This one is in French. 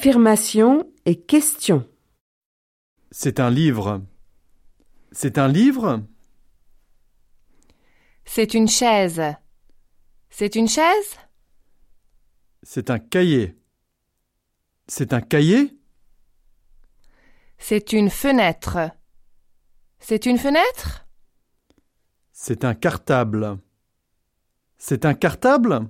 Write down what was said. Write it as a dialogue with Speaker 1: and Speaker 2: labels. Speaker 1: Affirmation et question.
Speaker 2: C'est un livre. C'est un livre
Speaker 3: C'est une chaise. C'est une chaise
Speaker 2: C'est un cahier. C'est un cahier
Speaker 3: C'est une fenêtre. C'est une fenêtre
Speaker 2: C'est un cartable. C'est un cartable